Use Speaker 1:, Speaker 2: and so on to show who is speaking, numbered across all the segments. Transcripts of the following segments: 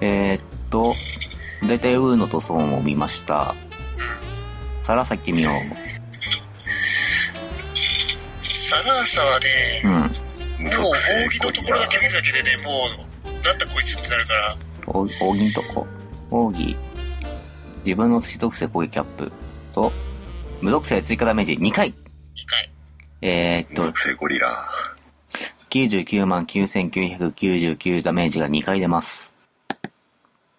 Speaker 1: えーっと、大体ウーノとソーンを見ました。皿崎美桜。
Speaker 2: サラーサは
Speaker 1: う
Speaker 2: ね、
Speaker 1: ん。
Speaker 2: もう扇のところだけ見るだけでね、もう、なんだこいつってなるから、
Speaker 1: お奥義とこ。奥義。自分の土属性攻撃アップ。と、無属性追加ダメージ2回。
Speaker 2: 2回。
Speaker 1: えーっと、
Speaker 3: 属性ゴリラ。
Speaker 1: 99万9999ダメージが2回出ます。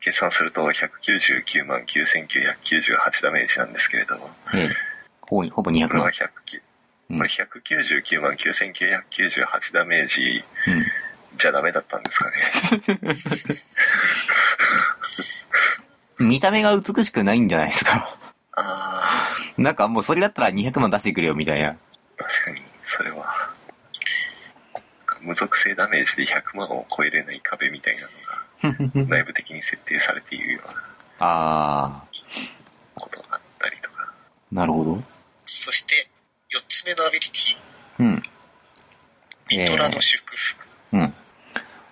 Speaker 3: 計算すると199万9998ダメージなんですけれども、
Speaker 1: えーほぼ、ほぼ200
Speaker 3: これは
Speaker 1: 万。
Speaker 3: 100、
Speaker 1: うん
Speaker 3: これ199万9998ダメージ
Speaker 1: うん。
Speaker 3: じゃダメだったんです かね。
Speaker 1: 見た目が美しくないんじゃないですか。
Speaker 3: あ
Speaker 1: なんかもうそれだったら200万出してくれよみたいな。
Speaker 3: ー、確かに、それは。無属性ダメージで100万を超えれない壁みたいなのが内部的に設定されているような
Speaker 1: あ
Speaker 3: ことがあったりとか。
Speaker 1: ー、なるほど。
Speaker 2: そして、4つ目のアビリティ、
Speaker 1: うん。
Speaker 2: ミトラの祝福。
Speaker 1: うん。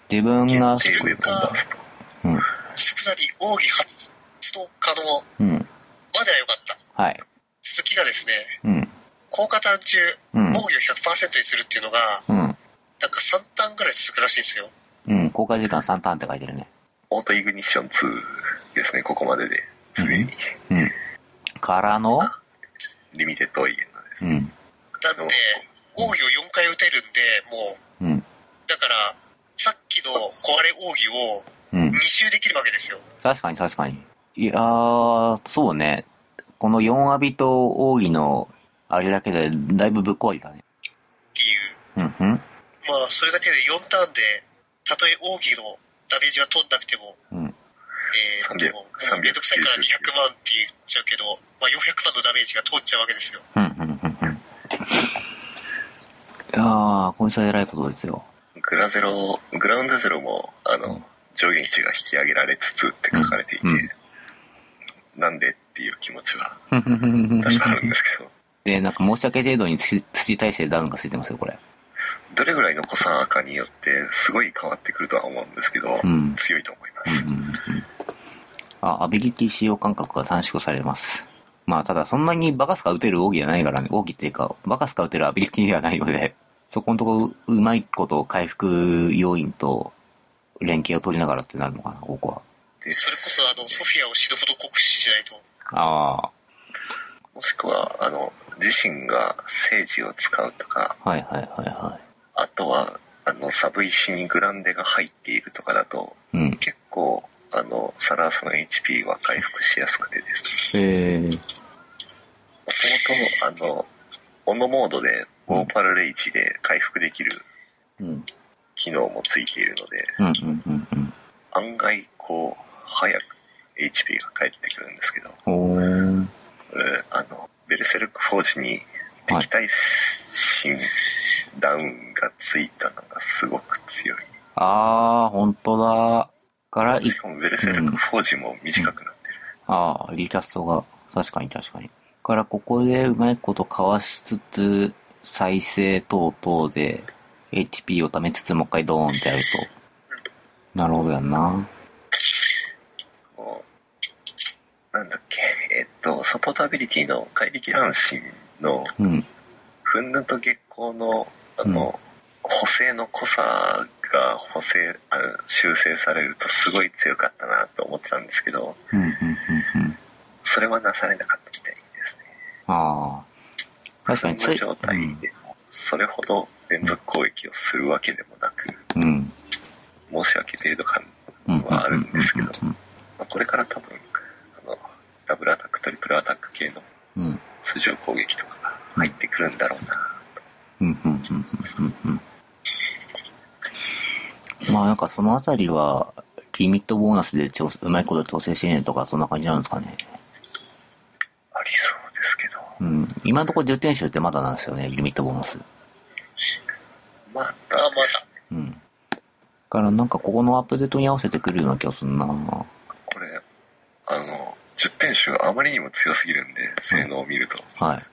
Speaker 1: 自分が、
Speaker 3: 自由でボンバースと。
Speaker 1: うん。
Speaker 2: 即座に奥義発動可能
Speaker 1: うん。
Speaker 2: までは良かった。
Speaker 1: はい。
Speaker 2: 続きがですね、
Speaker 1: うん。
Speaker 2: 効果単中、
Speaker 1: うん
Speaker 2: 奥義を100%にするっていうのが、
Speaker 1: うん。
Speaker 2: なんか3単ぐらい続くらしいんですよ。
Speaker 1: うん。公開時間3ターンって書いてるね。
Speaker 3: オートイグニッション2ですね、ここまでで。すでに。
Speaker 1: うん。からの、
Speaker 3: リミテッドオイエンなんです
Speaker 1: う
Speaker 3: ね。
Speaker 1: ん。
Speaker 2: なんで、奥義を4回打てるんで、もう、
Speaker 1: うん。
Speaker 2: だから、さっきの壊れ奥義を
Speaker 1: うん
Speaker 2: 2。周できるわけですよ。
Speaker 1: 確かに確かに。いやー、そうね。この4アビと奥義の、あれだけで、だいぶぶっ壊れたね。
Speaker 2: っていう。
Speaker 1: うん、うん。
Speaker 2: まあ、それだけで4ターンで、たとえ奥義のダメージが飛んなくても、
Speaker 1: うん。
Speaker 2: えー、
Speaker 3: 300
Speaker 2: でももうめんどくさいから200万って言っちゃうけど、まあ、400万のダメージが通っちゃうわけですよ。
Speaker 1: うん、うん、うん、うん。いやー、こいつは偉いことですよ。
Speaker 3: グラゼロ、グラウンドゼロも、あの、上限値が引き上げられつつって書かれていて、
Speaker 1: うん
Speaker 3: なんでっていう気持ちは
Speaker 1: ふんふんふんふん
Speaker 3: 確かにあるんですけど、
Speaker 1: で、なんか申し訳程度に土土体制ダウンがついてますよ、これ。
Speaker 3: どれぐらいの濃さかによって、すごい変わってくるとは思うんですけど、
Speaker 1: うん
Speaker 3: 強いと思いま
Speaker 1: うん
Speaker 3: す。
Speaker 1: うんうんあ、アビリティ使用間隔が短縮されます。まあ、ただそんなにバカスカ打てる奥義じゃないからね、奥義っていうか、バカスカ打てるアビリティではないので、 そこのとこうまいこと回復要因と連携を取りながらってなるのかな、ここは。
Speaker 3: で
Speaker 2: それこそ、あの、ソフィアを死ぬほど酷使しないと。
Speaker 1: あ
Speaker 3: もしくは、あの、自身が聖地を使うとか、
Speaker 1: あ、はいはいはいは
Speaker 3: あとは、あの、サブ石にグランデが入っているとかだと、
Speaker 1: い。うん。
Speaker 3: 結構、あの、サラースの HP は回復しやすくてですね、
Speaker 1: えー、
Speaker 3: もともと、あの、オノモードで、オーパルレイチで回復できる
Speaker 1: うん。
Speaker 3: 機能もついているので、
Speaker 1: うんうんうんうん。
Speaker 3: 案外、こう、早く HP が返ってくるんですけど、
Speaker 1: おー。
Speaker 3: うんあの、ベルセルクフォージに敵対心ダウンがついたのがすごく強い。
Speaker 1: ああ、本当だ。から、い
Speaker 3: しかもベルセルクフォージも短くなってる。
Speaker 1: ああ、リキャストが、確かに確かに。から、ここでうまいことかわしつつ、再生等々で、HP を貯めつつ、もう一回ドーンってやると。なるほどやんな。
Speaker 3: こうなんだっけ、えっと、サポートアビリティの怪力乱心の
Speaker 1: うん。
Speaker 3: ふんぬと月光の、あの、補正の濃さが補正、あの修正されるとすごい強かったなと思ってたんですけど、
Speaker 1: うん、うん、うん、うん。
Speaker 3: それはなされなかったみたいですね。
Speaker 1: ああ。確かに、
Speaker 3: そん
Speaker 1: つ、
Speaker 3: ない状
Speaker 1: う
Speaker 3: 態
Speaker 1: ん。
Speaker 3: でも、それほど連続攻撃をするわけでもなく、
Speaker 1: うん。
Speaker 3: 申し訳程度感
Speaker 1: うん。
Speaker 3: はあるんですけど、
Speaker 1: うん。
Speaker 3: まあこれから多分、あの、ダブルアタック、トリプルアタック系の
Speaker 1: うん。
Speaker 3: 通常攻撃とかが入ってくるんだろうな。
Speaker 1: うん、うん、うん、うん、うん。まあ、なんかそのあたりは、リミットボーナスで調整、うまいこと調整してねとか、そんな感じなんですかね。
Speaker 3: ありそうですけど、
Speaker 1: うん、今のところ10点集ってまだなんですよね、リミットボーナス。
Speaker 3: ま
Speaker 2: あ
Speaker 3: た
Speaker 2: あ、まだ。
Speaker 1: うん。だからなんかここのアップデートに合わせてくるような気がするな
Speaker 3: これ、あの、10点集あまりにも強すぎるんで、性能を見ると。
Speaker 1: はい。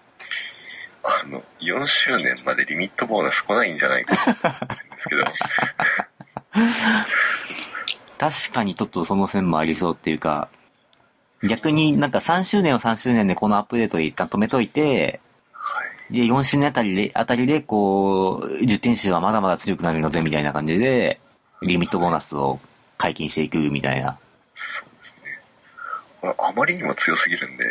Speaker 3: あの、4周年までリミットボーナス来ないんじゃないかと思ってるんですけど、
Speaker 1: 確かにちょっとその線もありそうっていうか、逆になんか3周年を3周年でこのアップデートで一旦止めといて、
Speaker 3: はい。
Speaker 1: で、4周年あたりで、あたりで、こう、受点集はまだまだ強くなるのぜ、みたいな感じで、リミットボーナスを解禁していくみたいな。
Speaker 3: そうですね。これあまりにも強すぎるんで、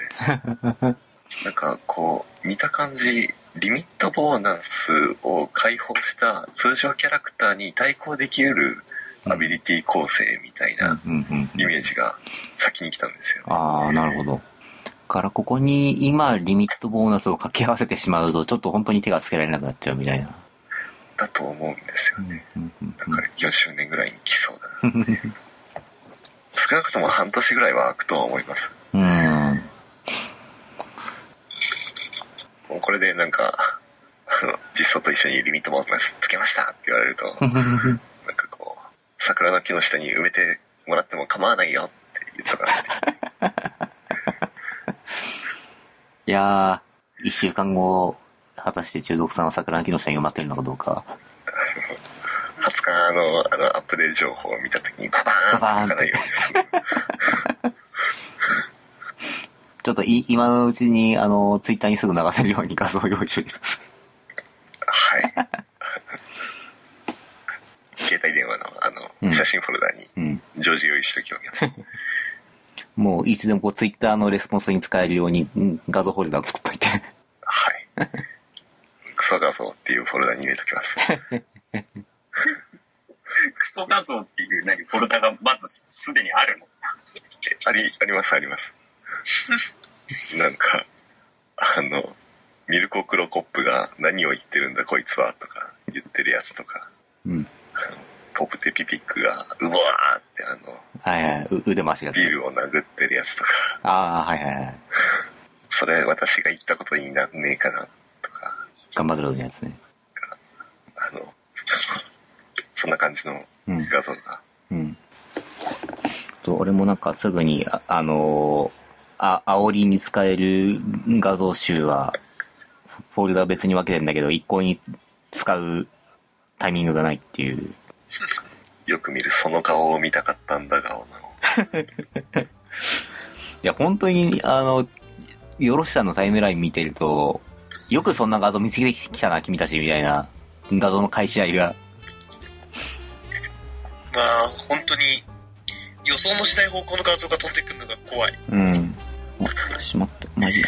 Speaker 3: なんかこう、見た感じ、リミットボーナスを解放した通常キャラクターに対抗できうるアビリティ構成みたいな
Speaker 1: うんうんうん
Speaker 3: イメージが先に来たんですよ、ね。
Speaker 1: ああ、なるほど。から、ここに今、リミットボーナスを掛け合わせてしまうと、ちょっと本当に手がつけられなくなっちゃうみたいな。
Speaker 3: だと思うんですよ
Speaker 1: うん
Speaker 3: ね。
Speaker 1: うんうん
Speaker 3: だから4周年ぐらいに来そうだな。 少なくとも半年ぐらいは空くとは思います。
Speaker 1: うん。うん
Speaker 3: もうこれでなんか、あの、実装と一緒にリミットボーナスつけましたって言われると、なんかこう、桜の木の下に埋めてもらっても構わないよって言っとか ないと。
Speaker 1: いやー、一週間後、果たして中毒さんは桜の木の下に埋まってるのかどうか。
Speaker 3: 20日のあのアップデート情報を見た時にババーンって書かないようにする。
Speaker 1: ちょっとい、今のうちに、あの、ツイッターにすぐ流せるように画像を用意しておいてください。
Speaker 3: はい。 携帯電話のあ
Speaker 1: うん
Speaker 3: の写真フォルダに
Speaker 1: うん。
Speaker 3: 常時用意しときおきます。
Speaker 1: もう、いつでもこう、ツイッターのレスポンスに使えるように、うん画像フォルダを作っといて。
Speaker 3: はい。クソ画像っていうフォルダに入れとき ます。
Speaker 2: クソ画像っていう何フォルダがまずすでにあるの
Speaker 3: えあり、ありますあります。 なんか、あの、ミルコ・クロコップが何を言ってるんだこいつはとか言ってるやつとか、
Speaker 1: うん。
Speaker 3: ポプテピピックがうわーってあの、
Speaker 1: はいはい。う腕回しが。
Speaker 3: ビールを殴ってるやつとか、
Speaker 1: ああ、はいはいはい。
Speaker 3: それ私が言ったことになんねえかなとか、
Speaker 1: 頑張るのやつね。
Speaker 3: あの、そんな感じの
Speaker 1: うん。
Speaker 3: 画像が、
Speaker 1: うん。と、俺もなんかすぐに、あ、あのーあ、煽りに使える画像集は、フォルダは別に分けてんだけど、一向に使うタイミングがないっていう。
Speaker 3: よく見るその顔を見たかったんだ顔の、
Speaker 1: いや、本当に、あの、よろしさんのタイムライン見てると、よくそんな画像見つけてきたな、君たち、みたいな、画像の返し合いが。
Speaker 2: まあ本当に予想もしない方向の画像が飛んでくるのが怖い
Speaker 1: うん。おしまった。まあいいや。